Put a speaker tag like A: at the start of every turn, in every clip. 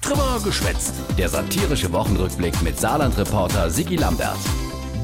A: Trimmer geschwätzt. Der satirische Wochenrückblick mit Saarland-Reporter Sigi Lambert.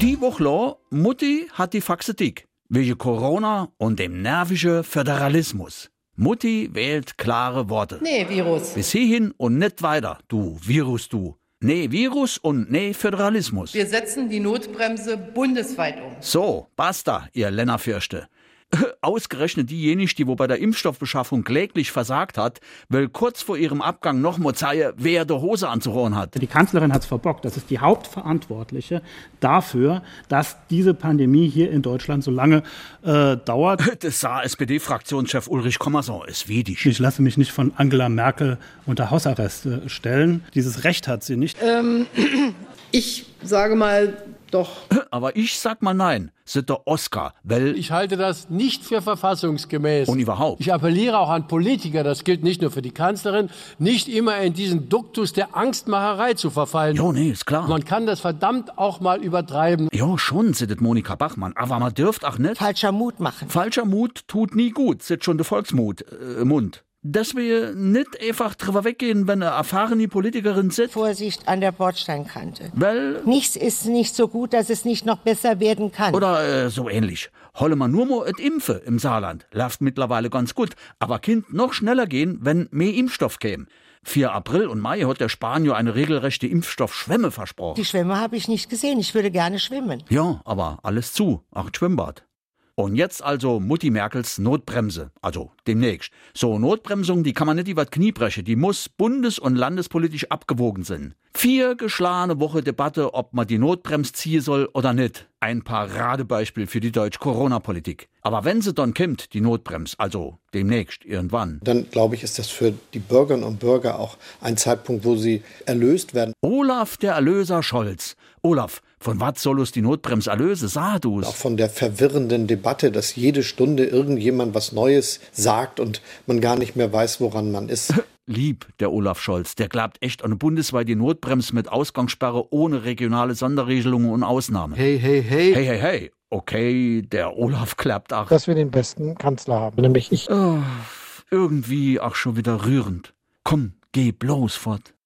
B: Die Woche lang, Mutti hat die Faxe dick. Wegen Corona und dem nervischen Föderalismus. Mutti wählt klare Worte.
C: Nee, Virus.
B: Bis hierhin und nicht weiter, du Virus, du. Nee, Virus und nee, Föderalismus.
C: Wir setzen die Notbremse bundesweit um.
B: So, basta, ihr Lennerfürste. Ausgerechnet diejenige, die wo bei der Impfstoffbeschaffung kläglich versagt hat, will kurz vor ihrem Abgang noch mal zeigen, wer der Hose anzurohren hat.
D: Die Kanzlerin hat es verbockt. Das ist die Hauptverantwortliche dafür, dass diese Pandemie hier in Deutschland so lange äh, dauert.
B: Das sah SPD-Fraktionschef Ulrich Kommerson, ist widig.
D: Ich lasse mich nicht von Angela Merkel unter Hausarrest äh, stellen. Dieses Recht hat sie nicht.
C: Ich sage mal, doch.
B: Aber ich sag mal nein, sind der Oscar, weil
E: Ich halte das nicht für verfassungsgemäß.
B: Und überhaupt.
E: Ich appelliere auch an Politiker, das gilt nicht nur für die Kanzlerin, nicht immer in diesen Duktus der Angstmacherei zu verfallen.
B: Jo, nee, ist klar.
E: Man kann das verdammt auch mal übertreiben.
B: Jo, schon, sittet Monika Bachmann, aber man dürft ach nicht.
F: falscher Mut machen.
B: Falscher Mut tut nie gut, sitzt schon der Volksmut, äh, Mund. Dass wir nicht einfach drüber weggehen, wenn eine erfahrene Politikerin sitzt,
F: Vorsicht an der Bordsteinkante.
B: weil
F: Nichts ist nicht so gut, dass es nicht noch besser werden kann.
B: Oder äh, so ähnlich. Holle man nur mal et Impfe im Saarland. Läuft mittlerweile ganz gut. Aber Kind noch schneller gehen, wenn mehr Impfstoff käme. 4 April und Mai hat der Spanier eine regelrechte Impfstoffschwemme versprochen.
F: die Schwämme habe ich nicht gesehen. Ich würde gerne schwimmen.
B: Ja, aber alles zu. Acht Schwimmbad. Und jetzt also Mutti Merkels Notbremse. Also demnächst. So Notbremsung, die kann man nicht über das Knie brechen. Die muss bundes- und landespolitisch abgewogen sein. Vier geschlagene Woche Debatte, ob man die Notbremse ziehen soll oder nicht. Ein Paradebeispiel für die deutsche Corona-Politik. Aber wenn sie dann kommt, die Notbremse, also demnächst, irgendwann.
G: dann glaube ich, ist das für die Bürgerinnen und Bürger auch ein Zeitpunkt, wo sie erlöst werden.
B: Olaf der Erlöser Scholz. Olaf, von was soll uns die Notbremse erlöse? Sah du's.
G: Auch von der verwirrenden Debatte, dass jede Stunde irgendjemand was Neues sagt und man gar nicht mehr weiß, woran man ist.
B: lieb, der Olaf Scholz. Der glaubt echt an eine bundesweite Notbremse mit Ausgangssperre ohne regionale Sonderregelungen und Ausnahmen. Hey, hey, hey. Hey, hey, hey. Okay, der Olaf klappt auch.
H: dass wir den besten Kanzler haben. Nämlich ich
B: irgendwie auch schon wieder rührend. Komm, geh bloß fort.